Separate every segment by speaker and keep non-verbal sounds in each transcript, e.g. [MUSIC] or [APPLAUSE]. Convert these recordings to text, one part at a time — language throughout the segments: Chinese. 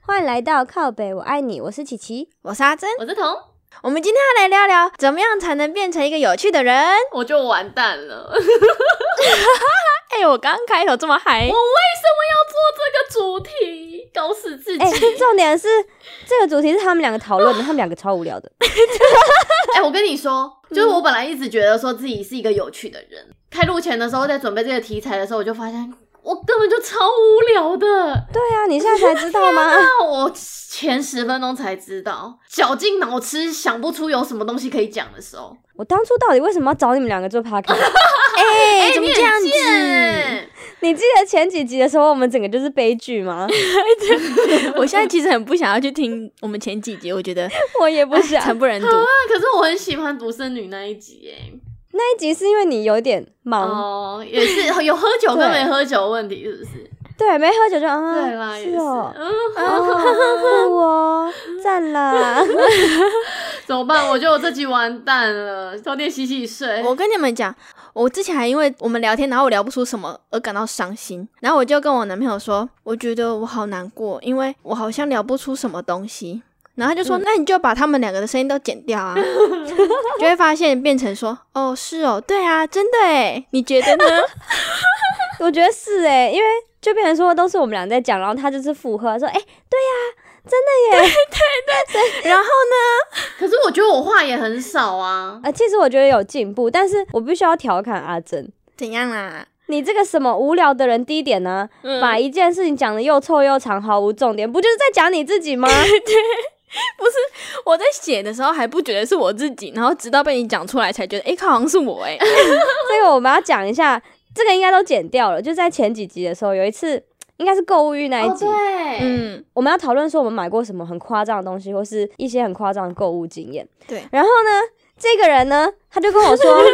Speaker 1: 欢迎来到靠北，我爱你，我是琪 [LAUGHS] 琪。
Speaker 2: 我是阿珍，
Speaker 3: 我是彤，
Speaker 2: 我们今天要来聊聊怎么样才能变成一个有趣的人。
Speaker 3: 我就完蛋了。 [LAUGHS]
Speaker 2: 哎、我刚开头这么嗨
Speaker 3: 我为什，么要做这个主题？搞死自己！
Speaker 1: 哎、
Speaker 3: 哎、
Speaker 1: 重点是这个主题是他们两个讨 [LAUGHS] 论的，他们两个超无聊的。
Speaker 3: 哎我跟你说，就是我本来一直觉得说自己是一个有趣的人。开录前的时候，在准备这个题材的时候，我就发现我根本就超无聊的。
Speaker 1: 对啊，你现在才知道吗？ [LAUGHS]
Speaker 3: 那我前十分钟才知道，绞尽脑汁想不出有什么东西可以讲的时候，
Speaker 1: 我当初到底为什么要找你们两 [LAUGHS] 个做 podcast？
Speaker 2: 哎、
Speaker 3: 哎
Speaker 2: 怎么
Speaker 3: 你
Speaker 2: 这
Speaker 3: 很
Speaker 2: 样子？
Speaker 3: 贱
Speaker 1: 你记得前几集的时候，我们整个就是悲剧吗？
Speaker 2: 我现在其实很不想要去听我们前几集，我觉 [LAUGHS] 得
Speaker 1: [LAUGHS] 我也不想。
Speaker 2: 惨不 [LAUGHS] 忍睹。
Speaker 3: 那可是我很喜欢独生女那一集哎。
Speaker 1: [LAUGHS] 那一集是因为你有点忙，
Speaker 3: 哦，也是有喝酒跟
Speaker 1: 对
Speaker 3: 没喝酒的问题，是不是？
Speaker 1: 对，没喝酒就啊，
Speaker 3: 对啦，也
Speaker 1: 是
Speaker 3: 嗯
Speaker 1: [LAUGHS]
Speaker 3: 是。
Speaker 1: 哦，
Speaker 3: 嗯，
Speaker 1: 哦，酷 [LAUGHS] 哦，赞 [LAUGHS] 啦！
Speaker 3: 怎么办？我觉得我这集完蛋了，早点洗洗睡。
Speaker 2: 我跟你们讲，我之前还因为我们聊天，然后我聊不出什么而感到伤心，然后我就跟我男朋友说，我觉得我好难过，因为我好像聊不出什么东西。然后他就说：“那你就把他们两个的声音都剪 [LAUGHS] 掉啊，就会发现变成说，哦，是哦，对啊，真的诶，你觉得呢？
Speaker 1: 我觉得是哎、因为就变成说都是我们俩在讲，然后他就是附和说，哎、
Speaker 2: 然后
Speaker 3: 可是我觉得我话也很少啊。
Speaker 1: 呃，其实我觉得有进步，但是我必须要调侃阿珍，
Speaker 2: [LAUGHS] 怎样啊啦、
Speaker 1: 你这个什么无聊的人，第一点呢、
Speaker 2: 嗯
Speaker 1: 把一件事情讲得又臭又长，毫无重点，不就是在讲你自己吗？ [LAUGHS]
Speaker 2: 我在写的时候还不觉得是我自己，然后直到被你讲出来才觉得，诶，好像是我
Speaker 3: [LAUGHS]
Speaker 2: 诶。
Speaker 1: 这个我们要讲一下，这个应该都剪掉了，就在前几集的时候，有一次应该是购物欲那一
Speaker 3: 哦，
Speaker 1: 集，
Speaker 3: 对，
Speaker 2: 嗯，
Speaker 1: 我们要讨论说我们买过什么很夸张的东西，或是一些很夸张的购物经验。
Speaker 2: 对
Speaker 1: 然后呢，这个人呢，他就跟我说，啊、 [LAUGHS]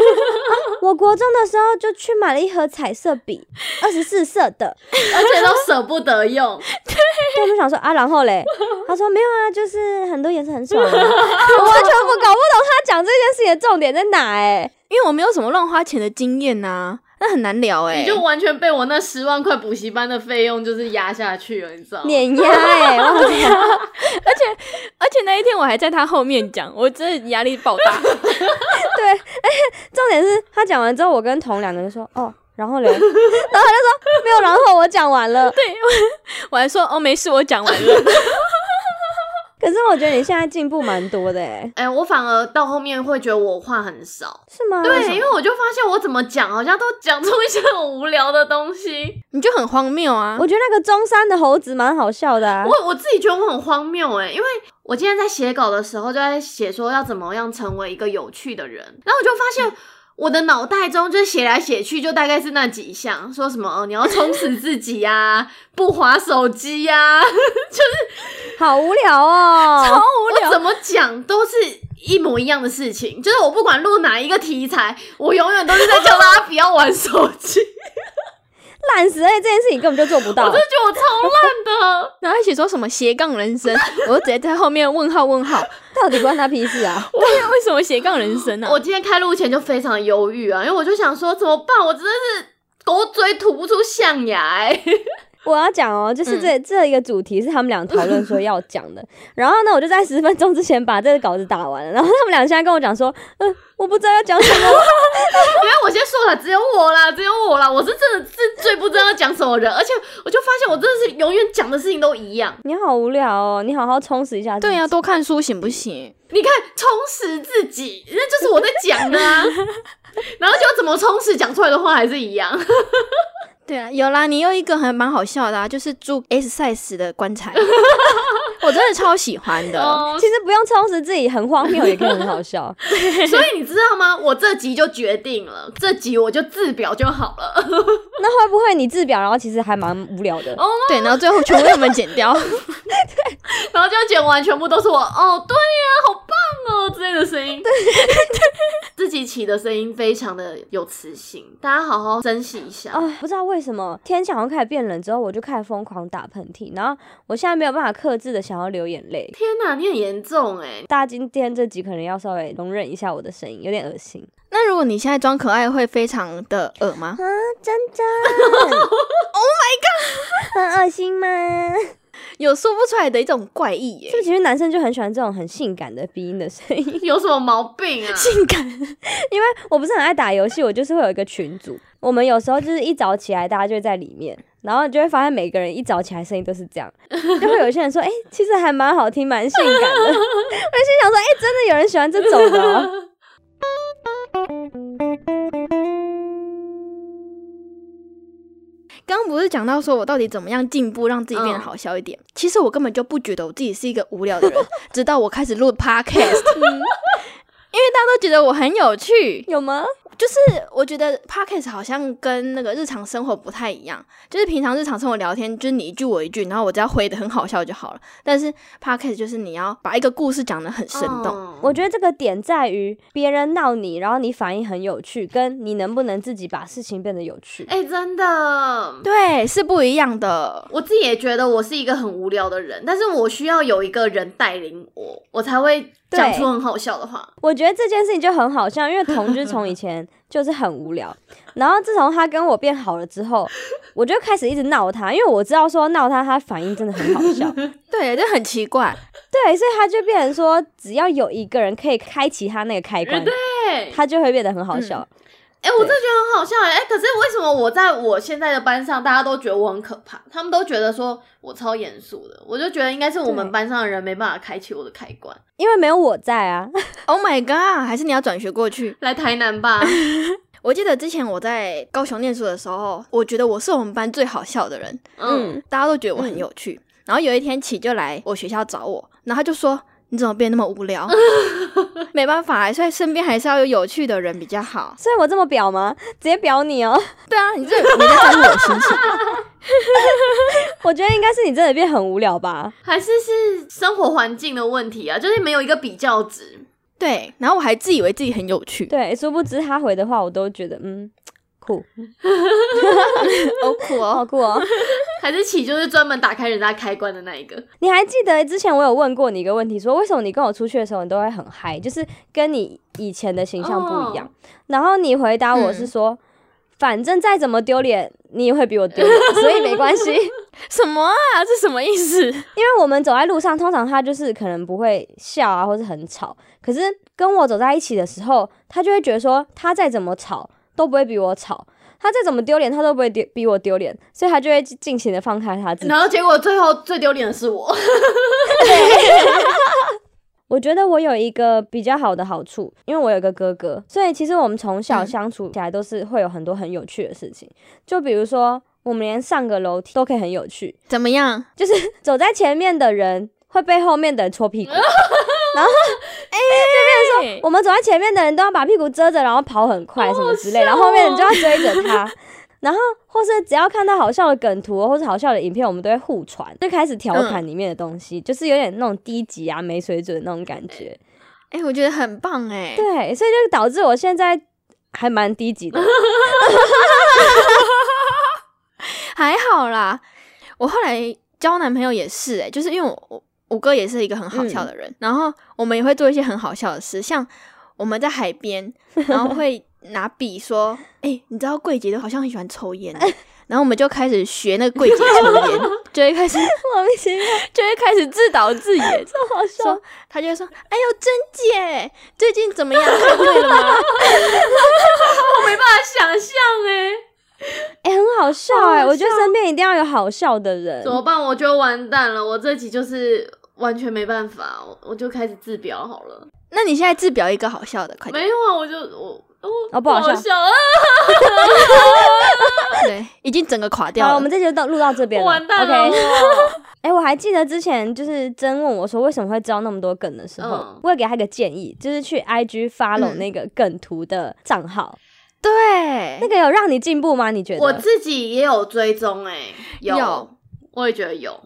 Speaker 1: 我国中的时候就去买了一盒彩色笔，二十四色的。
Speaker 3: 而且都舍不得用。
Speaker 1: 对，我就想说啊，然后嘞，他说没有啊，就是很多颜色很
Speaker 3: [LAUGHS]
Speaker 1: 爽、啊。我完全不搞不懂他讲这件事情的重点在哪哎、
Speaker 2: 因为我没有什么乱花钱的经验呐、那很难聊诶。
Speaker 3: 你就完全被我那十万块补习班的费用就是压下去了，你知道吗？
Speaker 1: 碾压哎、我
Speaker 3: 哦
Speaker 1: 好像
Speaker 2: 而且那一天我还在他后面讲，我真的压力爆
Speaker 3: [LAUGHS]
Speaker 2: 大。
Speaker 1: 对，而且重点是他讲完之后，我跟彤两个人说哦，然后嘞， [LAUGHS] 然后他就说没有，然后我讲完了。
Speaker 2: 我还说哦，没事，我讲完了。
Speaker 1: 可是我觉得你现在进步蛮多的哎，
Speaker 3: 哎、我反而到后面会觉得我话很少，
Speaker 1: 是吗？
Speaker 3: 对，因为我就发现我怎么讲好像都讲出一些很无聊的东西，
Speaker 2: 你就很荒谬啊！
Speaker 1: 我觉得那个中山的猴子蛮好笑的啊。
Speaker 3: 我我自己觉得我很荒谬哎、因为我今天在写稿的时候就在写说要怎么样成为一个有趣的人，然后我就发现我的脑袋中就是写来写去就大概是那几项，说什么哦你要充实自己呀、不划手机 [LAUGHS] 呀、
Speaker 1: 好无聊哦。
Speaker 3: 我怎么讲都是一模一样的事情，就是我不管录哪一个题材，我永远都是在叫大家不要玩手 [LAUGHS] 机，
Speaker 1: 烂死！而欸且这件事情根本就做不
Speaker 3: 我
Speaker 1: 到
Speaker 3: 真的。觉得我超烂的。
Speaker 2: 然后他写说什么斜杠人
Speaker 3: [LAUGHS]
Speaker 2: 生，我就直接在后面问号问号，
Speaker 1: 到底关他屁事啊？
Speaker 2: 对，为什么斜杠人生呢、啊
Speaker 3: 我今天开录前就非常忧郁啊，因为我就想说怎么办，我真的是狗嘴吐不出象牙哎、 [LAUGHS]
Speaker 1: 我要讲哦，就是这、这一个主题是他们俩讨论说要讲的。 [LAUGHS] 然后呢，我就在十分钟之前把这个稿子打完了。然后他们俩现在跟我讲说，嗯、我不知道要讲什么。
Speaker 3: 因为我先说了，只有我啦，只有我啦，我是真的是最不知道要讲什么人，而且我就发现我真的是永远讲的事情都一样。
Speaker 1: 你好无聊哦，你好好充实一下自己。
Speaker 2: 对呀、啊多看书行不行？
Speaker 3: 你看，充实自己，那就是我在讲的啊。然后就怎么充实，讲出来的话还是一样。
Speaker 2: 对啊，有啦，你有一个还蛮好笑的啊，就是住 S size 的棺
Speaker 3: [LAUGHS]
Speaker 2: 材，我真的超喜欢的。
Speaker 3: 哦，
Speaker 1: 其实不用充实自己，很荒谬也可以很好笑。
Speaker 3: [LAUGHS] 所以你知道吗？我这集就决定了，这集我就自表就好了。
Speaker 1: 那会不会你自表，然后其实还蛮无聊的？
Speaker 2: [LAUGHS] 对，然后最后全部被我们剪掉。 [LAUGHS]
Speaker 3: 然后就剪完，全部都是我哦，对呀、好棒哦之类的声音。对， [LAUGHS] 自己起的声音非常的有磁性，大家好好珍惜一下。
Speaker 1: 啊、
Speaker 2: 哦
Speaker 1: 不知道为什么天气好像开始变冷之后，我就开始疯狂打喷嚏，然后我现在没有办法克制的想要流眼泪。
Speaker 3: 天哪，你很严重哎！
Speaker 1: 大家今天这集可能要稍微容忍一下我的声音，有点恶心。
Speaker 2: 那如果你现在装可爱，会非常的恶吗？
Speaker 1: 啊，真真，Oh my god，很恶心吗？
Speaker 2: 有说不出来的一种怪异耶
Speaker 1: 是不。是其实男生就很喜欢这种很性感的鼻音的声音？ [LAUGHS]
Speaker 3: 有什么毛病啊？
Speaker 2: 性感，
Speaker 1: 我不是很爱打游戏，我就是会有一个群组，我们有时候就是一早起来，大家就会在里面，然后你就会发现每个人一早起来声音都是这样，就会有些人说，哎、其实还蛮好听，蛮性感的。我就心想说，哎、真的有人喜欢这种的哦、
Speaker 2: 刚刚不是讲到说我到底怎么样进步，让自己变得好笑一点？其实我根本就不觉得我自己是一个无聊的 [LAUGHS] 人，直到我开始录 podcast，、因为大家都觉得我很有趣。
Speaker 1: 有吗？
Speaker 2: 就是我觉得 podcast 好像跟那个日常生活不太一样，就是平常日常生活聊天，就是你一句我一句，然后我只要回的很好笑就好了。但是 podcast 就是你要把一个故事讲得很生动。
Speaker 3: 嗯
Speaker 1: 我觉得这个点在于别人闹你，然后你反应很有趣，跟你能不能自己把事情变得有趣。
Speaker 3: 哎、真的，
Speaker 2: 对，是不一样的。
Speaker 3: 我自己也觉得我是一个很无聊的人，但是我需要有一个人带领我，我才会讲出很好笑的话。
Speaker 1: 我觉得这件事情就很好笑，因为童之从以前就是很无聊， [LAUGHS] 然后自从他跟我变好了之后，我就开始一直闹他，因为我知道说闹他，他反应真的很好
Speaker 3: [LAUGHS]
Speaker 1: 笑，
Speaker 2: 对，这很奇怪。
Speaker 1: 对，所以他就变成说，只要有一个人可以开启他那个开关，
Speaker 3: 对，
Speaker 1: 他就会变得很好笑。
Speaker 3: 哎、我真的觉得很好笑哎、哎可是为什么我在我现在的班上，大家都觉得我很可怕，他们都觉得说我超严肃的，我就觉得应该是我们
Speaker 1: 对
Speaker 3: 班上的人没办法开启我的开关。
Speaker 1: 因为没有我在啊，
Speaker 2: Oh my god！还是你要转学过去？
Speaker 3: 来台南吧， [LAUGHS]
Speaker 2: 我记得之前我在高雄念书的时候，我觉得我是我们班最好笑的人，
Speaker 3: 嗯，
Speaker 2: 大家都觉得我很有趣。然后有一天，启就来我学校找我，然后他就说：“你怎么变那么无 [LAUGHS] 聊？”没办法，所以身边还是要有有趣的人比较
Speaker 1: [LAUGHS]
Speaker 2: 好。
Speaker 1: 所以我这么表吗？直接表你哦、 [LAUGHS]
Speaker 2: 对啊，你这你在在乎我心情？
Speaker 1: 我觉得应该是你真的变很无聊吧。
Speaker 3: 还是是生活环境的问题啊，就是没有一个比较值。
Speaker 2: [LAUGHS] 对，然后我还自以为自己很有趣，
Speaker 1: 对，殊不知他回的话，我都觉得嗯，酷，
Speaker 2: 好酷
Speaker 1: 好
Speaker 2: 哦！ [LAUGHS]
Speaker 1: 酷哦、
Speaker 3: 还是起就是专门打开人家开关的那一个，
Speaker 1: 你还记得之前我有问过你一个问题说为什么你跟我出去的时候你都会很嗨，就是跟你以前的形象不一样。
Speaker 3: 哦
Speaker 1: 然后你回答我是说，反正再怎么丢脸，你也会比我丢脸，所以没关系。因
Speaker 2: 什么啊？这什么意思？
Speaker 1: 为我们走在路上，通常他就是可能不会笑啊，或是很吵。可是跟我走在一起的时候，他就会觉得说，他再怎么吵都不会比我吵。他再怎么丢脸，他都不会丢比我丢脸，所以他就会尽情的放开他自己。
Speaker 3: 然后结果最后最丢脸的是我。
Speaker 1: 我觉得我有一个比较好的好处，因为我有一个哥哥，所以其实我们从小
Speaker 2: 嗯
Speaker 1: 相处起来都是会有很多很有趣的事情。就比如说，我们连上个楼梯都可以很有趣，
Speaker 2: 怎么样？
Speaker 1: 就是 [LAUGHS] 走在前面的人会被后面的人戳屁股，哎
Speaker 2: 对
Speaker 1: 我们走在前面的人都要把屁股遮着，然后跑很快什么之类，然后后面人就要追着他。然后，或是只要看到好笑的梗图哦或是好笑的影片，我们都会互传，就开始调侃里面的东西，就是有点那种低级啊、没水准的那种感觉。
Speaker 2: 哎、我觉得很棒哎、
Speaker 1: 对，所以就导致我现在还蛮低 [LAUGHS] 级的。
Speaker 2: [LAUGHS] 还好啦。我后来交男朋友也是哎、就是因为我我我哥也是一个很好
Speaker 1: 嗯
Speaker 2: 笑的人，然后我们也会做一些很好笑的事，像我们在海
Speaker 1: [LAUGHS]
Speaker 2: 边，然后会拿笔说，哎、你知道桂姐都好像很喜欢抽烟欸、 [LAUGHS] 然后我们就开始学那个桂姐抽
Speaker 1: [LAUGHS]
Speaker 2: 烟，就会开始
Speaker 1: 莫名其妙，
Speaker 2: 就会开始自导
Speaker 1: [LAUGHS]
Speaker 2: 自演，
Speaker 1: 超好笑
Speaker 2: 说。他就会说，哎呦，珍姐最近怎么样？ [LAUGHS] 看对了吗？
Speaker 3: 我 [LAUGHS] 没办法想象哎、
Speaker 1: 哎、很好笑
Speaker 3: 好
Speaker 1: 哎、
Speaker 3: 好
Speaker 1: 我觉得身边一定要有好笑的人
Speaker 3: 怎。么办？我觉得完蛋了，我这集就是完全没办法，我我就开始自表好了。
Speaker 2: 那你现在自表一个好笑的，快点
Speaker 3: 没，有啊，我就我我、
Speaker 1: 哦不好笑
Speaker 3: 啊，
Speaker 2: 对，已经整个垮掉
Speaker 1: 好
Speaker 2: 了。
Speaker 1: 了，我们这集就到录到这边了。
Speaker 3: 完蛋了
Speaker 1: OK， [LAUGHS]
Speaker 3: 我。
Speaker 1: 哎、我还记得之前就是真问我说为什么会知道那么多梗的时候，
Speaker 3: 嗯
Speaker 1: 我有给他一个建议，就是去 IG follow
Speaker 2: 嗯
Speaker 1: 那个梗图的账号，
Speaker 2: 对
Speaker 1: 那，个有让你进步吗？你觉得？
Speaker 3: 我自己也有追踪哎、有，
Speaker 2: 有
Speaker 3: 我也觉得有。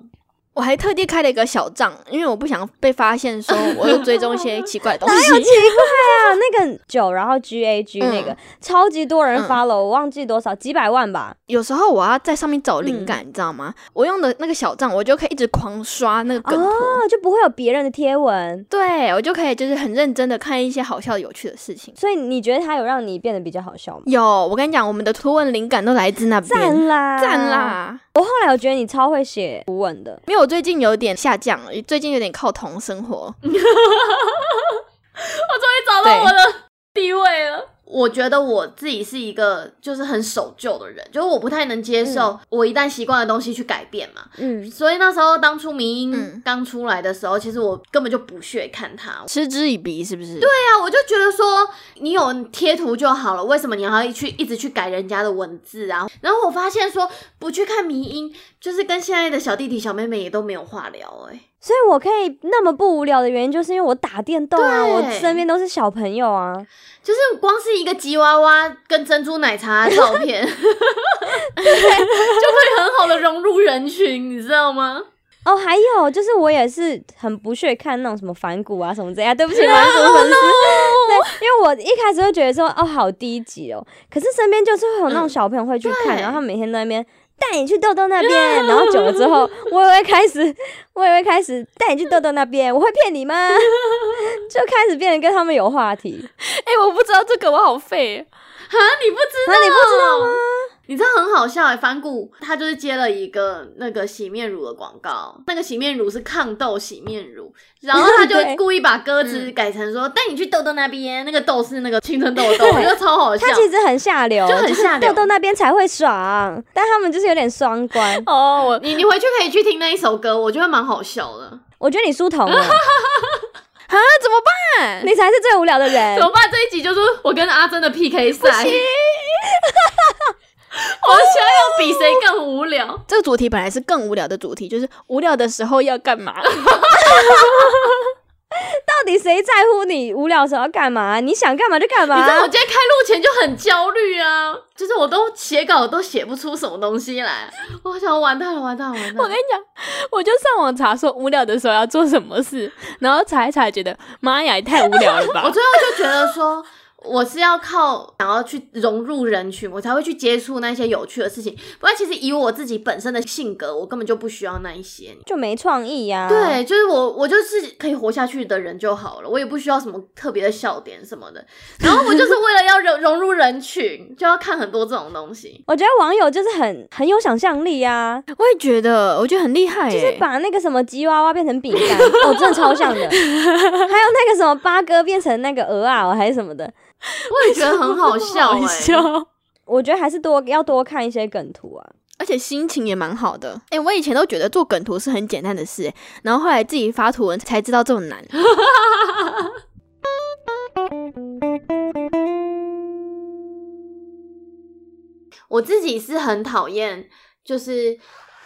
Speaker 2: 我还特地开了一个小账，因为我不想被发现说我又追踪一些奇怪的东西。
Speaker 1: 啊，那个九，然后 G A G 那个、超级多人
Speaker 2: 嗯
Speaker 1: follow，、我忘记多少，几百万吧。
Speaker 2: 有时候我要在上面找灵感，你知道吗？我用的那个小账，我就可以一直狂刷那个梗图。
Speaker 1: 哦，就不会有别人的贴文。
Speaker 2: 对，我就可以就是很认真的看一些好笑有趣的事情。
Speaker 1: 所以你觉得它有让你变得比较好笑吗？
Speaker 2: 有，我跟你讲，我们的图文灵感都来自那边，
Speaker 1: 赞啦，
Speaker 2: 赞！啦！
Speaker 1: 我后来我觉得你超会写古文的，
Speaker 2: 因为我最近有点下降了，最近有点靠同生活。
Speaker 3: 找到
Speaker 2: 对
Speaker 3: 我的地位了。我觉得我自己是一个就是很守旧的人，就是我不太能接受我一旦习惯的东西去改变嘛。
Speaker 1: 嗯，
Speaker 3: 所以那时候当初迷音
Speaker 2: 嗯
Speaker 3: 刚出来的时候，其实我根本就不屑看它。对
Speaker 2: 嗤之以鼻，是不是？对，
Speaker 3: 啊，我就觉得说你有贴图就好了，为什么你还要去一直去改人家的文字啊？然后我发现说不去看迷音，就是跟现在的小弟弟小妹妹也都没有话聊哎、
Speaker 1: 所以我可以那么不无聊的原因，就是因为我打电动啊，
Speaker 3: 对
Speaker 1: 我身边都是小朋友啊，
Speaker 3: 就是光是一个吉娃娃跟珍珠奶茶的照片， [LAUGHS] 就会很好的融入人群，你知道吗？
Speaker 1: 哦，还有就是我也是很不屑看那种什么反骨啊什么这样，对不起反骨粉丝，对，因为我一开始会觉得说哦好低级哦，可是身边就是会有那种小朋友会去看，
Speaker 3: 对
Speaker 1: 然后他每天在
Speaker 3: [LAUGHS]
Speaker 1: 那边带你去豆豆那边，然后久了之后，我也会开始，我也会开始带你去豆豆那边，我会骗你
Speaker 3: [LAUGHS]
Speaker 1: 吗？就开始变得跟他们有话题，
Speaker 2: 哎、我不知道这个，我好废。
Speaker 3: 啊，你不知道？
Speaker 1: 啊你不
Speaker 3: 知道吗？你知道很好笑哎、反骨他就是接了一个那个洗面乳的广告，那个洗面乳是抗痘洗面乳，然后他就
Speaker 1: 对
Speaker 3: 故意把歌词
Speaker 2: 嗯。
Speaker 3: 改成说带你去痘痘那边，那个痘是那个青春痘的痘，我觉得超好笑
Speaker 1: 他。其实很下流，
Speaker 3: 就很
Speaker 1: 是
Speaker 3: 下流
Speaker 1: 豆豆那边才会爽，但他们就是有点双关
Speaker 2: 哦，我
Speaker 3: 你你回去可以去听那一首歌，我觉得蛮好笑的。
Speaker 1: 我觉得你书童
Speaker 3: [LAUGHS]
Speaker 1: 了，
Speaker 2: 啊，怎么办？
Speaker 1: 你才是最无聊的人
Speaker 3: 怎。么办？这一集就是我跟阿珍的 PK 赛。 [LAUGHS] 我想要比谁更无聊。
Speaker 2: 这个主题本来是更无聊的主题，就是无聊的时候要干嘛？
Speaker 1: 到底谁在乎你无聊的时候要干嘛？你想干嘛就干
Speaker 2: 啊
Speaker 3: 你知道我
Speaker 1: 嘛。
Speaker 3: 今天开录前就很焦虑啊，就是我都写稿都写不出什么东西来，我想完蛋了，完蛋了，完蛋
Speaker 2: 我跟
Speaker 3: 了
Speaker 2: 你。讲，我就上网查说无聊的时候要做什么事，然后查一查，觉得妈呀，也太无聊了
Speaker 3: 我
Speaker 2: 吧！
Speaker 3: 最后就觉得说，我是要靠想要去融入人群，我才会去接触那些有趣的事情。不然其实以我自己本身的性格，我根本就不需要那一些。
Speaker 1: 就没创意
Speaker 2: 啊
Speaker 1: 呀、，
Speaker 3: 对，就是我，我就是可以活下去的人就好了，我也不需要什么特别的笑点什么的。然后我就是为了要融融入人群，就要看很多这种东西。
Speaker 1: 我觉得网友就是很很有想象力呀、
Speaker 2: 我也觉得，我觉得很厉害、欸，
Speaker 1: 就是把那个什么吉娃娃变成饼
Speaker 3: [LAUGHS]
Speaker 1: 干，哦，真的超像的。还有那个什么八哥变成那个鹅啊，还是什么的。
Speaker 3: 我也觉得很好笑、
Speaker 2: [LAUGHS]
Speaker 3: 欸，
Speaker 2: 好笑，
Speaker 1: 我觉得还是多要多看一些梗图啊。
Speaker 2: 而且心情也蛮好的。哎、我以前都觉得做梗图是很简单的事、欸，然后后来自己发图文才知道这么难。
Speaker 3: 我自己是很讨厌，就是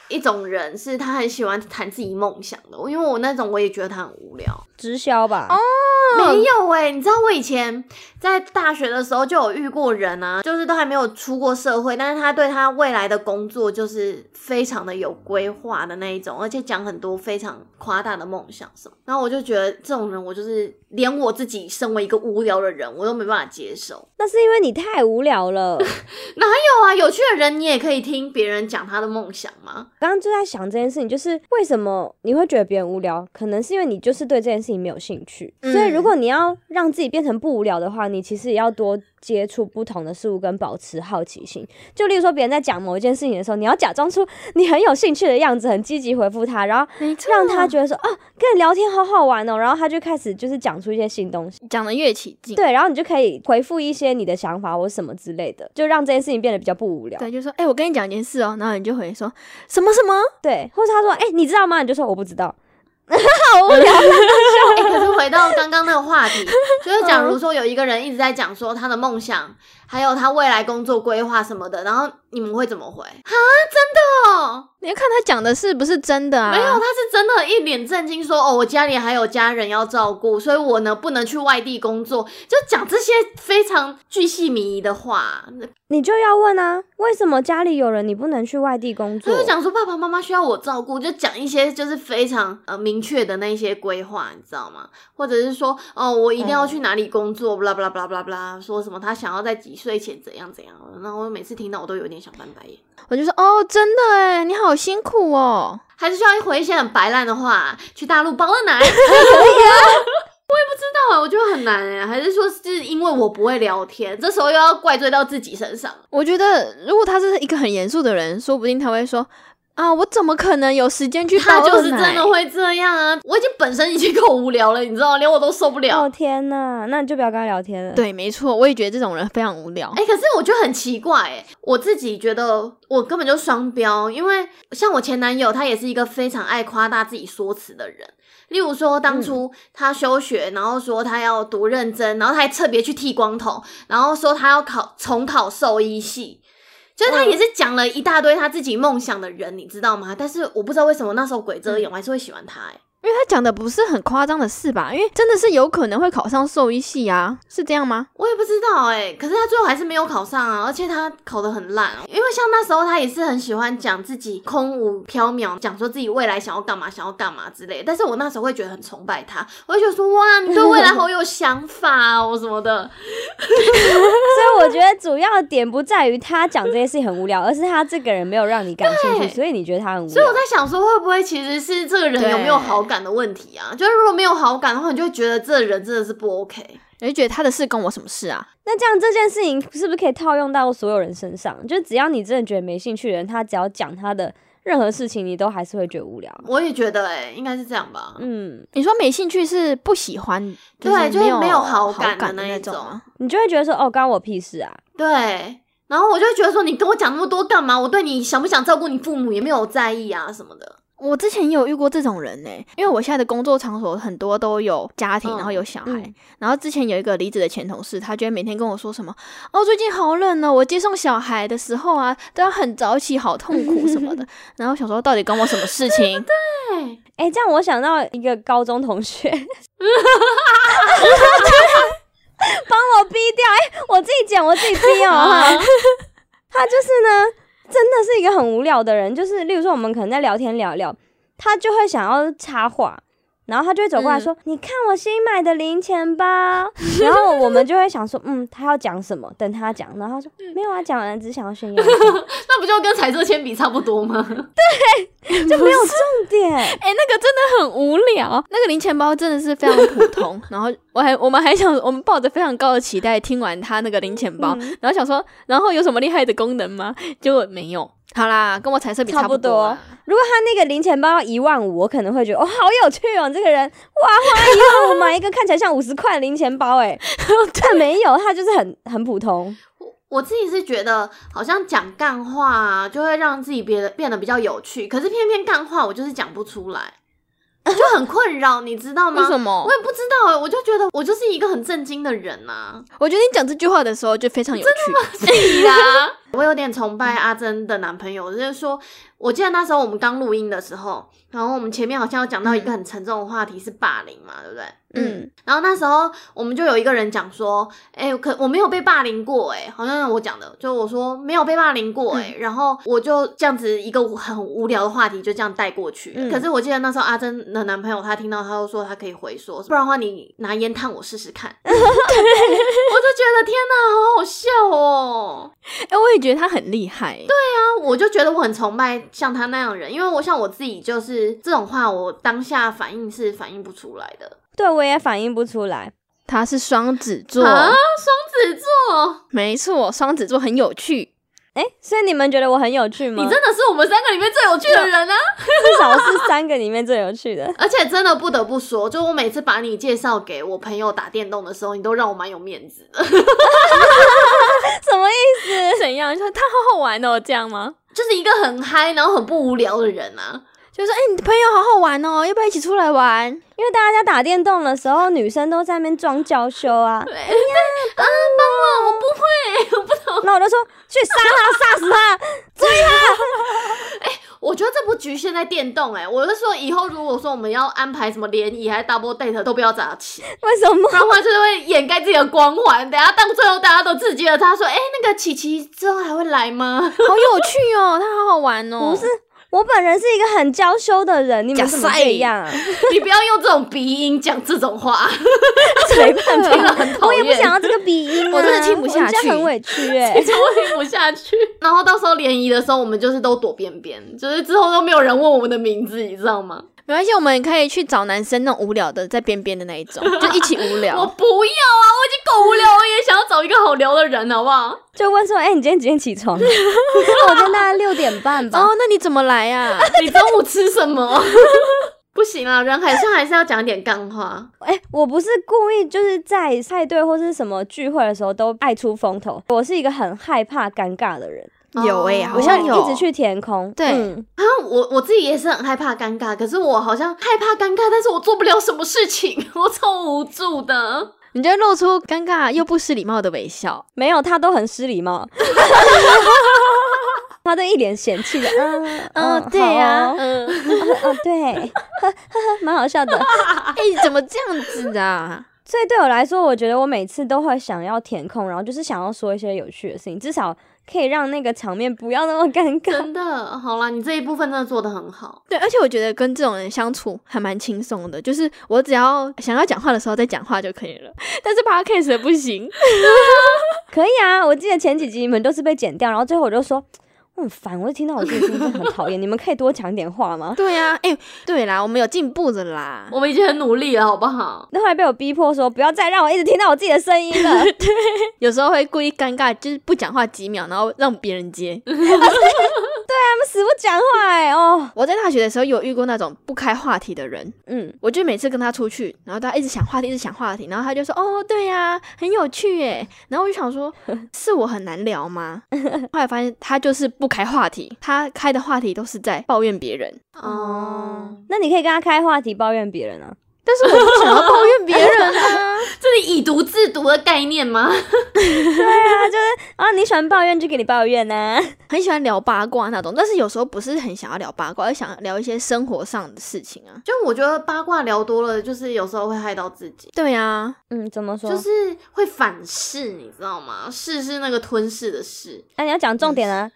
Speaker 3: 一种人是他很喜欢谈自己梦想的，因为我那种我也觉得他很无聊。
Speaker 1: 直销吧，哦、
Speaker 3: 没有哎、你知道我以前在大学的时候就有遇过人啊，就是都还没有出过社会，但是他对他未来的工作就是非常的有规划的那一种，而且讲很多非常夸大的梦想什么。然后我就觉得这种人，我就是连我自己身为一个无聊的人，我都没办法接受。
Speaker 1: 那是因为你太无聊了。
Speaker 3: 有啊，有趣的人你也可以听别人讲他的梦想吗？
Speaker 1: 刚刚就在想这件事情，就是为什么你会觉得别人无聊？可能是因为你就是对这件事情没有兴趣。
Speaker 2: 嗯
Speaker 1: 所以如果你要让自己变成不无聊的话，你其实也要多接触不同的事物，跟保持好奇心。就例如说，别人在讲某一件事情的时候，你要假装出你很有兴趣的样子，很积极回复他，然后
Speaker 2: 没错
Speaker 1: 让他觉得说哦，跟你聊天好好玩哦，然后他就开始就是讲出一些新东西。
Speaker 2: 讲的越起劲。
Speaker 1: 对，然后你就可以回复一些你的想法或什么之类的，就让这件事情变得比较不无聊。
Speaker 2: 对，就说哎、我跟你讲一件事哦，然后你就回说什么什么，
Speaker 1: 对，或是他说，哎、你知道吗？你就说我不知道，好无聊。
Speaker 3: 哎、可是回到刚刚那个话 [LAUGHS] 题，就是假如说有一个人一直在讲说他的梦想，还有他未来工作规划什么的，然后你们会怎么回？啊，真的哦，
Speaker 2: 你要看他讲的是不是真的啊？
Speaker 3: 没有，他是真的，一脸震惊说：“哦，我家里还有家人要照顾，所以我呢不能去外地工作。”就讲这些非常巨细靡遗的话，
Speaker 1: 你就要问啊，为什么家里有人你不能去外地工
Speaker 3: 他
Speaker 1: 作？
Speaker 3: 就讲说爸爸妈妈需要我照顾，就讲一些就是非常呃明确的那一些规划，你知道吗？或者是说哦，我一定要
Speaker 2: 嗯
Speaker 3: 去哪里工作，不啦不啦不啦不啦不啦，说什么他想要在几岁前怎样怎样，然后我每次听到我都有点想翻白眼。
Speaker 2: 我就说哦，真的哎，你好辛苦哦。
Speaker 3: 还是需要回一些很白烂的话，去大陆包了奶，可以 [LAUGHS] 啊。我也不知道啊，我觉得很难哎，还是说是因为我不会聊天，这时候又要怪罪到自己身上。
Speaker 2: 我觉得如果他是一个很严肃的人，说不定他会说啊，我怎么可能有时间去
Speaker 3: 他
Speaker 2: 倒
Speaker 3: 就
Speaker 2: 二
Speaker 3: 是真
Speaker 2: 奶
Speaker 3: 的？会这样啊！我已经本身已经够无聊了，你知道，连我都受不了。
Speaker 1: 哦天呐，那你就不要跟他聊天了。，
Speaker 2: 对，没错，我也觉得这种人非常无聊。
Speaker 3: 哎、可是我觉得很奇怪、欸，我自己觉得我根本就双标，因为像我前男友，他也是一个非常爱夸大自己说辞的人。例如说，当初他休学，然后说他要多认真，然后他还特别去剃光头，然后说他要考重考兽医系，就是他也是讲了一大堆他自己梦想的人，你知道吗？但是我不知道为什么那时候鬼遮眼，我还是会喜欢他、欸。
Speaker 2: 因为他讲的不是很夸张的事吧？因为真的是有可能会考上兽医系啊，是这样吗？
Speaker 3: 我也不知道哎、可是他最后还是没有考上啊，而且他考得很烂、啊。因为像那时候他也是很喜欢讲自己空无缥缈，讲说自己未来想要干嘛，想要干嘛之类的。但是我那时候会觉得很崇拜他，我会觉得说哇，你对未来好有想法哦什么的。
Speaker 1: 所以我觉得主要点不在于他讲这些事情很无聊，而是他这个人没有让你感兴
Speaker 3: 对
Speaker 1: 趣，所以你觉得他很无
Speaker 3: 所以我
Speaker 1: 聊
Speaker 3: 在。想说，会不会其实是这个人有没有好感的问题啊？就是如果没有好感的话，你就会觉得这人真的是不 OK。
Speaker 2: 我就觉得他的事跟我什么事啊？
Speaker 1: 那这样这件事情是不是可以套用到所有人身上？就只要你真的觉得没兴趣的人，他只要讲他的任何事情，你都还是会觉得无聊。
Speaker 3: 我也觉得哎、应该是这样吧。
Speaker 1: 嗯，
Speaker 2: 你说没兴趣是不喜欢，
Speaker 3: 对就是
Speaker 2: 没有
Speaker 3: 没有好感
Speaker 2: 感
Speaker 3: 的
Speaker 2: 的
Speaker 3: 那一
Speaker 2: 种
Speaker 3: 种啊
Speaker 2: 吗？
Speaker 1: 你就会觉得说，哦，关我屁事啊！
Speaker 3: 对，然后我就觉得说，你跟我讲那么多干嘛？我对你想不想照顾你父母也没有在意啊什么的。
Speaker 2: 我之前也有遇过这种人呢、因为我现在的工作场所很多都有家庭，
Speaker 3: 嗯
Speaker 2: 然后有小孩，
Speaker 1: 嗯
Speaker 2: 然后之前有一个离职的前同事，他居然每天跟我说什么：“哦，最近好冷哦，我接送小孩的时候啊，都要很早起，好痛苦什 [LAUGHS] 么的。”然后我想说，到底关我什么事情？
Speaker 3: 对，
Speaker 1: 哎、这样我想到一个高中同学，帮我逼掉。哎、我自己剪，我自己逼哦。
Speaker 3: [LAUGHS]
Speaker 1: 哈他就是呢，真的是一个很无聊的人。就是例如说，我们可能在聊天聊一聊，他就会想要插话，然后他就会走过来说：“你看我新买的零钱包。”然后我们就会想说：“嗯，他要讲什么？等他讲。”然后他说：“没有啊，讲完了只是想要炫耀一下，
Speaker 3: 那不就跟彩色铅笔差不多吗？
Speaker 1: 就没有重点。
Speaker 2: [LAUGHS] 哎、那个真的很无聊，那个零钱包真的是非常普通。然后我还我们还想，我们抱着非常高的期待听完他那个零钱包，
Speaker 1: 嗯
Speaker 2: 然后想说，然后有什么厉害的功能吗？结果没有。好啦，跟我彩色笔
Speaker 1: 差
Speaker 2: 不
Speaker 1: 不
Speaker 2: 多啊、
Speaker 1: 如果他那个零钱包要一万五，我可能会觉得哦，好有趣哦，你这个人哇，花一万五买一个看起来像五十块的零钱包，哎，但没有，他就是很很普通。
Speaker 3: [LAUGHS] 我自己是觉得，好像讲干话、啊、就会让自己变得变得比较有趣，可是偏偏干话我就是讲不出来，就很困扰，你知 [LAUGHS] 道吗？
Speaker 2: 为什么
Speaker 3: 我？也不知道哎、我就觉得我就是一个很震惊的人啊 [LAUGHS] 呐、
Speaker 2: 我觉得你讲这句话的时候就非常有趣。
Speaker 3: 啊。对啦， [LAUGHS] 我有点崇拜阿珍的男朋友，就是说，我记得那时候我们刚录音的时候，然后我们前面好像有讲到一个很沉重的话题是霸凌嘛，对不对？
Speaker 1: 嗯，
Speaker 3: 然后那时候我们就有一个人讲说，哎、可我没有被霸凌过、哎，好像我讲的，就我说没有被霸凌过、哎、然后我就这样子一个很无聊的话题就这样带过去了、
Speaker 1: 嗯
Speaker 3: 可是我记得那时候阿珍的男朋友他听到，他就说他可以回说，不然的话你拿烟烫我试试看。 [LAUGHS] 我就觉得天哪，好好笑哦！
Speaker 2: 哎、我也觉得他很厉害。对，
Speaker 3: 那我就觉得我很崇拜像他那样的人，因为我像我自己就是这种话，我当下反应是反应不出来的。
Speaker 1: 对我也反应不出来。
Speaker 2: 他是双子座，
Speaker 3: 啊，双子座。
Speaker 2: 没错，双子座很有趣。
Speaker 1: 哎，所以你们觉得我很有趣吗？
Speaker 3: 你真的是我们三个里面最有趣的人啊！。
Speaker 1: 至少是三个里面最有趣的
Speaker 3: 而且真的不得不说，就我每次把你介绍给我朋友打电动的时候，你都让我蛮有面子的。
Speaker 1: 什么意
Speaker 2: 是怎样？说他好好玩哦，这样吗？
Speaker 3: 就是一个很嗨，然后很不无聊的人啊。
Speaker 2: 就说，哎、你的朋友好好玩哦，要不要一起出来 [LAUGHS] 玩？
Speaker 1: 因为大家打电动的时候，女生都在那边装娇羞啊，
Speaker 3: 对，啊，帮我，我不会，我不 [LAUGHS] 懂。
Speaker 1: 那我就说去杀他，杀死他。
Speaker 3: 我觉得这不局限在电动、欸，哎，我是说以后如果说我们要安排什么联谊还是 double date，都不要找他起，
Speaker 1: 为什么
Speaker 3: 不？ [LAUGHS] 然的话就是会掩盖自己的光环。等下到最后大家都刺激了他，说，哎、那个琪琪之后还会来吗？ [LAUGHS]
Speaker 2: 好有趣哦，他好好玩哦。
Speaker 1: 不是，我本人是一个很娇羞的人，你们怎么
Speaker 2: 假赛
Speaker 1: 这样啊？
Speaker 3: 你不要用这种鼻音讲这种话。
Speaker 1: [LAUGHS] 没办法，
Speaker 3: 真的很
Speaker 1: 我
Speaker 3: 讨厌
Speaker 1: 也不想要这个鼻音、啊，
Speaker 2: 我真的听不下去
Speaker 1: 我这样很委屈哎、
Speaker 3: 这我听不下去。 [LAUGHS] 然后到时候联谊的时候，我们就是都躲边边，就是之后都没有人问我们的名字，你知道吗？
Speaker 2: 没关系，我们可以去找男生那种无聊的，在边边的那一 [LAUGHS] 种，就一起无
Speaker 3: 我
Speaker 2: 聊。
Speaker 3: 不要啊！我已经够无聊，我也想要找一个好聊的人，好不好？
Speaker 1: 就问说，哎、你今天几点起床？ [LAUGHS] 我今天大概六点半吧。
Speaker 2: 哦，那你怎么来呀、
Speaker 3: 你中午吃什么？ [LAUGHS] 不行啦，人好像还是要讲点干话。
Speaker 1: 哎、我不是故意，就是在派对或是什么聚会的时候都爱出风头。我是一个很害怕尴尬的人，
Speaker 2: [LAUGHS] 有哎、
Speaker 3: 哦
Speaker 2: 好
Speaker 1: 我
Speaker 2: 像
Speaker 1: 会
Speaker 2: 有。
Speaker 1: 一直去填空。
Speaker 2: 对
Speaker 1: 嗯
Speaker 3: 啊，我我自己也是很害怕尴尬，可是我好像害怕尴尬，但是我做不了什么事情， [LAUGHS] 我超无助的。
Speaker 2: 你就露出尴尬又不失礼貌的微 [LAUGHS] 笑。
Speaker 1: 没有，他都很失礼貌。 [LAUGHS] 他都一脸嫌弃的，嗯
Speaker 2: 嗯，对
Speaker 1: 好 [LAUGHS]
Speaker 2: 呀、
Speaker 1: 哦
Speaker 2: 嗯，
Speaker 1: 嗯，对， [LAUGHS] 呵呵呵，蛮好笑的。
Speaker 2: 哎、怎么这样子啊？
Speaker 1: 所以对我来说，我觉得我每次都会想要填空，然后就是想要说一些有趣的事情，至少可以让那个场面不要那么尴尬。
Speaker 3: 真的，好啦，你这一部分真的做的很好。
Speaker 2: 对，而且我觉得跟这种人相处还蛮轻松的，就是我只要想要讲话的时候再讲话就可以了。但是 podcast 的不行，
Speaker 1: 可以啊，我记得前几集你们都是被剪掉，然后最后我就说我很烦，我就听到我自己心情很讨厌，你们可以多讲点话吗？
Speaker 2: 对呀、啊，哎、对啦，我们有进步的啦。
Speaker 3: 我们已经很努力了，好不好？
Speaker 1: 那后来被我逼迫说不要再让我一直听到我自己的声音了。
Speaker 2: 有时候会故意尴尬，就是不讲话几秒，然后让别人接。
Speaker 1: 他们死不讲话哎、哦，
Speaker 2: 我在大学的时候有遇过那种不开话题的人，
Speaker 1: 嗯，
Speaker 2: 我就每次跟他出去，然后他一直想话题，一直想话题，然后他就说：“哦，对呀、很有趣耶。”然后我就想说，是我很难聊吗？后来发现他就是不开话题，他开的话题都是在抱怨别人，
Speaker 3: 哦，
Speaker 1: 那你可以跟他开话题抱怨别人啊。
Speaker 2: 但是我不想要抱怨别人啊。
Speaker 3: 这是以毒制毒的概念吗？
Speaker 1: 啊，你喜欢抱怨就给你抱怨啊呐、
Speaker 2: [LAUGHS] 很喜欢聊八卦那种，但是有时候不是很想要聊八卦，而想聊一些生活上的事情啊。
Speaker 3: 就我觉得八卦聊多了，就是有时候会害到自己，
Speaker 2: 对啊，
Speaker 1: 嗯，怎么说？
Speaker 3: 就，是会反噬，你知道吗？噬是那个吞噬的噬，
Speaker 1: 啊，你要讲重点啊。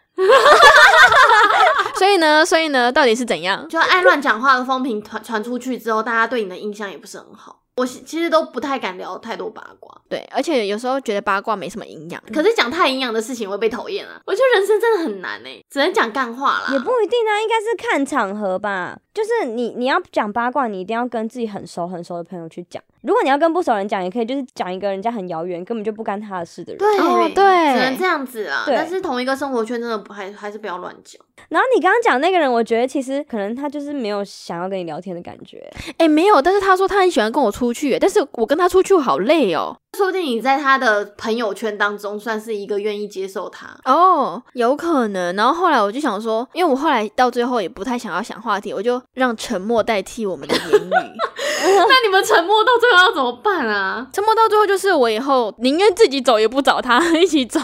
Speaker 2: 所以呢，所以呢，到底是怎样？
Speaker 3: 就爱乱讲话的风评传传出去之后，大家对你的印象也不是很好。我其其实都不太敢聊太多八卦，
Speaker 2: 对，而且有时候觉得八卦没什么营养，
Speaker 3: 可是讲太营养的事情会被讨厌啊。我觉得人生真的很难哎、只能讲干话啦。
Speaker 1: 也不一定啊，应该是看场合吧。就是你你要讲八卦，你一定要跟自己很熟很熟的朋友去讲。如果你要跟不熟人讲，也可以，就是讲一个人家很遥远，根本就不干他的事的人。
Speaker 3: 对、
Speaker 2: 哦对
Speaker 3: 只能这样子啊。
Speaker 1: 对
Speaker 3: 但是同一个生活圈，真的不还还是不要乱讲。
Speaker 1: 然后你刚刚讲那个人，我觉得其实可能他就是没有想要跟你聊天的感觉。
Speaker 2: 哎、没有，但是他说他很喜欢跟我出去耶，但是我跟他出去好累哦。
Speaker 3: 说不定你在他的朋友圈当中算是一个愿意接受他。 [LAUGHS]
Speaker 2: 哦，有可能。然后后来我就想说，因为我后来到最后也不太想要想话题，我就让沉默代替我们的言语。
Speaker 3: 那你们沉默到最后要怎么办啊？
Speaker 2: [LAUGHS] 沉默到最后就是我以后宁愿自己走，也不找他 [LAUGHS] 一起走。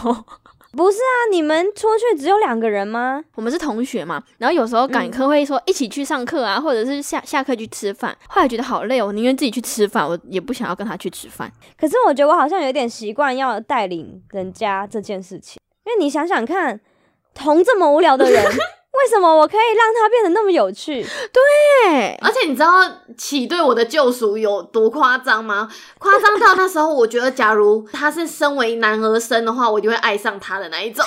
Speaker 1: 不是啊，你们出去只有两个人吗？
Speaker 2: 我们是同学嘛，然后有时候
Speaker 1: 嗯
Speaker 2: 赶课会说一起去上课啊，或者是下下课去吃饭。后来觉得好累哦，我宁愿自己去吃饭，我也不想要跟他去吃饭。
Speaker 1: 可是我觉得我好像有点习惯要带领人家这件事情，因为你想想看，同这么无聊的人，为什么我可以让他变得那么有趣？哎
Speaker 2: 对，
Speaker 3: 而且你知道启对我的救赎有多夸张吗？ [LAUGHS] 夸张到那时候，我觉得假如他是身为男儿身的话，我就会爱上他的那一种。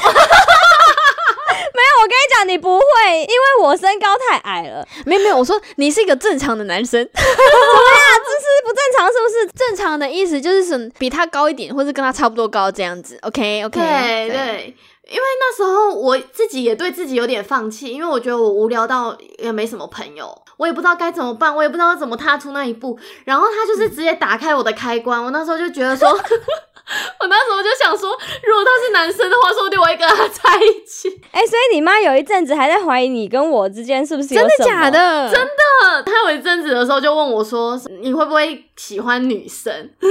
Speaker 1: 我跟你讲，你不会，因为我身高太矮了，这
Speaker 2: 没有没有，我说你是一个正常的男生， [LAUGHS]
Speaker 1: 啊是不正常，是不是？
Speaker 2: 正常的意思就是什么比他高一点，或是跟他差不多高这样子。OK OK，
Speaker 3: [LAUGHS] 对对，因为那时候我自己也对自己有点放弃，因为我觉得我无聊到也没什么朋友，我也不知道该怎么办，我也不知道怎么踏出那一步。然后他就是直接打开我的开关，我那时候就觉得说， [LAUGHS] 我那时候就想说，如果他是男生的话，说不定我会跟他在一起。
Speaker 1: 哎、所以你妈有一阵子还在怀疑你跟我之间是不是有
Speaker 2: 真的
Speaker 1: 什么
Speaker 2: 假？的？真
Speaker 3: 呃，他有一阵子的时候就问我说，你会不会喜欢女生？
Speaker 2: 太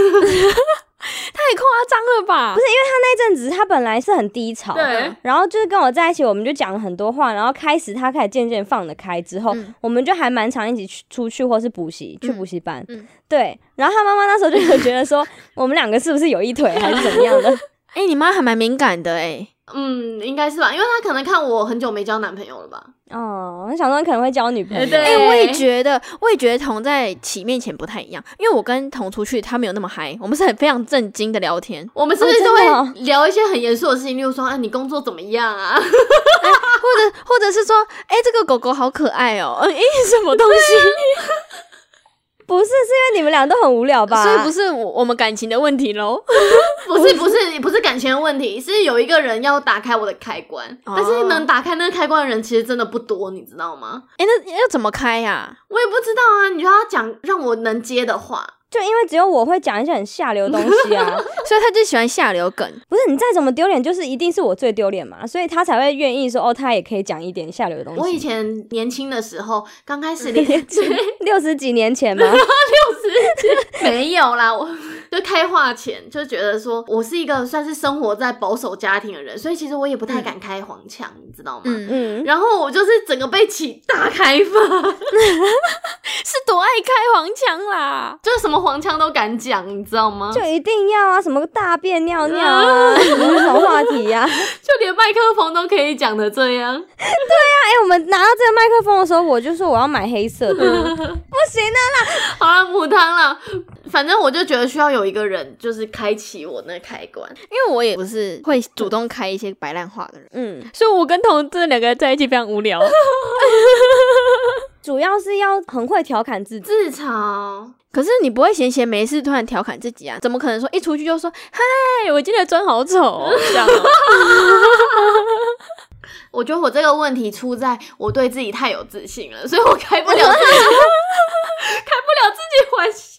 Speaker 2: 夸张了吧？不是，
Speaker 1: 那阵子她本来是很低潮，
Speaker 3: 对
Speaker 1: 然后就是跟我在一起，我们就讲了很多话，然后开始她开始渐渐放得开之后，
Speaker 2: 嗯
Speaker 1: 我们就还蛮常一起去出去或是补习，去补习班，
Speaker 2: 嗯
Speaker 1: 对。然后她妈妈那时候
Speaker 2: [LAUGHS]
Speaker 1: 就有觉得说，我们两个是不是有一腿还是怎么样的？ [LAUGHS]
Speaker 2: 哎、你妈还蛮敏感的哎、
Speaker 3: 嗯，应该是吧，因为他可能看我很久没交男朋友了吧。
Speaker 1: 哦，我想说你可能会交女朋友，
Speaker 3: 哎对
Speaker 2: 哎、我也觉得，我也觉得彤在启面前不太一样，因为我跟彤出去，他没有那么嗨，我们是很非常震惊的聊天，
Speaker 3: 我们是不是
Speaker 1: 哦
Speaker 3: 就
Speaker 1: 真的哦
Speaker 3: 会聊一些很严肃的事情，例如说，啊，你工作怎么样啊？
Speaker 2: 或者或者是说，哎、这个狗狗好可爱哦、哎、什么东西？
Speaker 1: 不是是因为你们俩都很无聊吧？
Speaker 2: 所以不是我我们感情的问题喽。
Speaker 1: 哦
Speaker 3: 不是不是不是感情的问题，是有一个人要打开我的开关，
Speaker 2: 哦
Speaker 3: 但是能打开那个开关的人其实真的不多，你知道吗？
Speaker 2: [LAUGHS] 哎、那要怎么开呀、
Speaker 3: 我也不知道啊，你就要讲让我能接的话，
Speaker 1: 就因为只有我会讲一些很下流的东西
Speaker 2: [LAUGHS]
Speaker 1: 啊， [LAUGHS]
Speaker 2: 所以他就喜欢下流梗，
Speaker 1: 不是你再怎么丢脸，就是一定是我最丢脸嘛，所以他才会愿意说哦，他也可以讲一点下流的东
Speaker 3: 我以
Speaker 1: 西。
Speaker 3: 前年轻的时候，刚开始连
Speaker 1: [LAUGHS] 六十几年前嘛，
Speaker 3: 没有啦，我 [LAUGHS] 就开化前就觉得说我是一个算是生活在保守家庭的人，所以其实我也不太敢开黄腔，你知道吗？
Speaker 2: 嗯，
Speaker 1: 嗯，
Speaker 3: 然后我就是整个被起大开发，
Speaker 2: 是多爱开黄腔啦。
Speaker 3: [LAUGHS] 就是什么黄腔都敢讲，你知道吗？就
Speaker 1: 就一定要啊，什么大便尿尿啊，什么什么话题啊哎呀、
Speaker 3: 就连麦克风都可以讲的这样。 [LAUGHS]
Speaker 1: 哎、我们拿到这个麦克风的时候，我就说我要买黑色的，不行啊，
Speaker 3: 好了，母汤了，反正我就觉得需要有一个人，就是开启我那开关。
Speaker 2: 因为我也不是会主动开一些白烂话的人，
Speaker 1: 嗯，
Speaker 2: 所以我跟彤这两个人在一起非常无聊。
Speaker 1: 主要是要很会调侃自己。
Speaker 3: 自嘲，
Speaker 2: [LAUGHS] 可是你不会闲闲没事突然调侃自己啊？怎么可能说一出去就说嗨，我今天的妆好丑、哦、 [LAUGHS] 这样、哦？
Speaker 3: 我觉得我这个问题出在我对自己太有自信了，所以我开不了自己，开 [LAUGHS] 不了自己玩笑。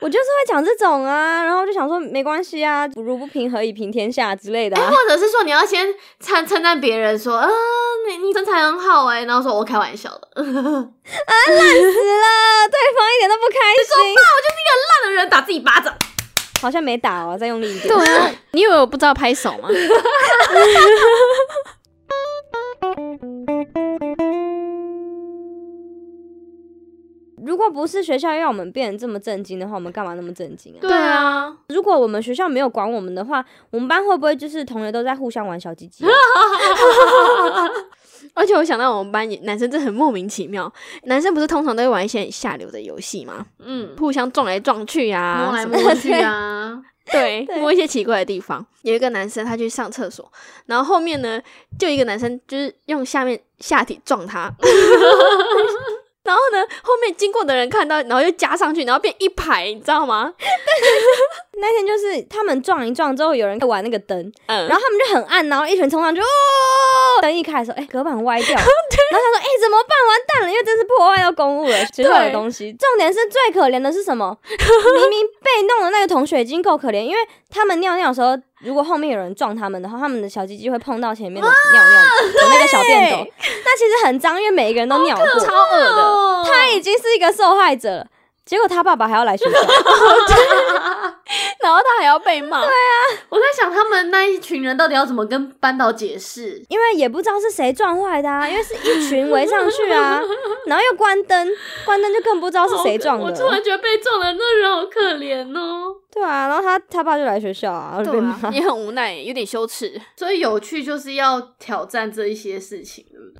Speaker 1: 我就是会讲这种啊，然后就想说没关系啊，如不平何以平天下之类的、啊。
Speaker 3: 或者是说你要先称称赞别人说，嗯、你你身材很好哎、然后说我开玩笑的，
Speaker 1: 死了， [LAUGHS] 对方一点都不开心，
Speaker 3: 烂的人打自己巴掌，
Speaker 1: 好像没打哦，再用力一点。
Speaker 2: [LAUGHS] 对啊，你以为我不知道拍手吗？
Speaker 1: 如果不是学校要我们变得这么震惊的话，我们干嘛那么震惊啊？
Speaker 3: 对啊，
Speaker 1: 如果我们学校没有管我们的话，我们班会不会就是同学都在互相玩小鸡鸡啊、
Speaker 2: [LAUGHS] 而且我想到我们班也男生真的很莫名其妙，男生不是通常都会玩一些很下流的游戏吗？
Speaker 3: 嗯，
Speaker 2: 互相撞来撞去啊
Speaker 3: 摸，来
Speaker 2: 什么
Speaker 3: 摸去啊，
Speaker 2: [LAUGHS] 对，
Speaker 1: 对
Speaker 2: 摸一些奇怪的地方。有一个男生他去上厕所，然后后面呢，就一个男生就是用下面下体撞他， [LAUGHS] 然后呢，后面经过的人看到，然后又加上去，然后变一排，你知道吗？
Speaker 1: 那天就是他们撞一撞之后，有人在玩那个灯，
Speaker 2: 嗯，
Speaker 1: 然后他们就很暗，然后一群冲上去，哦，灯一开的时候，哎、隔板歪掉，然后他说，哎、怎么办？完蛋了，因为这是破坏到公物了，学校的东西。重点是最可怜的是什么？明明被弄的那个同学已经够可怜，因为他们尿尿的时候，如果后面有人撞他们的话，他们的小鸡鸡会碰到前面的尿尿的那个小便斗，那其实很脏，因为每一个人都尿过，
Speaker 2: 超恶的，
Speaker 3: [LAUGHS] 哦，
Speaker 1: 他已经是一个受害者了。结果他爸爸还要来学校，
Speaker 2: 然后他还要被骂，
Speaker 3: 我在想他们那一群人到底要怎么跟班导解释，
Speaker 1: 因为也不知道是谁撞坏的啊，因为是一群围上去啊，然后又关灯，关灯就更不知道是谁撞
Speaker 3: 哦我
Speaker 1: 的
Speaker 3: 突。然觉得被撞的那人好可怜哦。
Speaker 1: 对啊，然后他他爸就来学校啊，然后就被骂。 [LAUGHS]
Speaker 2: 也很无奈，有点羞耻。
Speaker 3: 所以有趣就是要挑战这一些事情，对不对？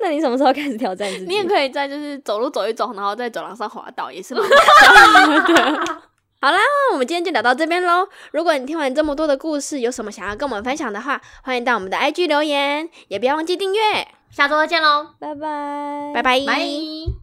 Speaker 1: 那你什么时候开始挑战自己？
Speaker 2: 你也可以在就是走路走一走，然后在走廊上滑倒，也是蛮好
Speaker 1: [LAUGHS]
Speaker 2: [LAUGHS] 好啦，那我们今天就聊到这边喽。如果你听完这么多的故事，有什么想要跟我们分享的话，欢迎到我们的 IG 留言，也不要忘记订阅。
Speaker 3: 下周再见喽，
Speaker 1: 拜拜，
Speaker 2: 拜拜，
Speaker 3: 拜。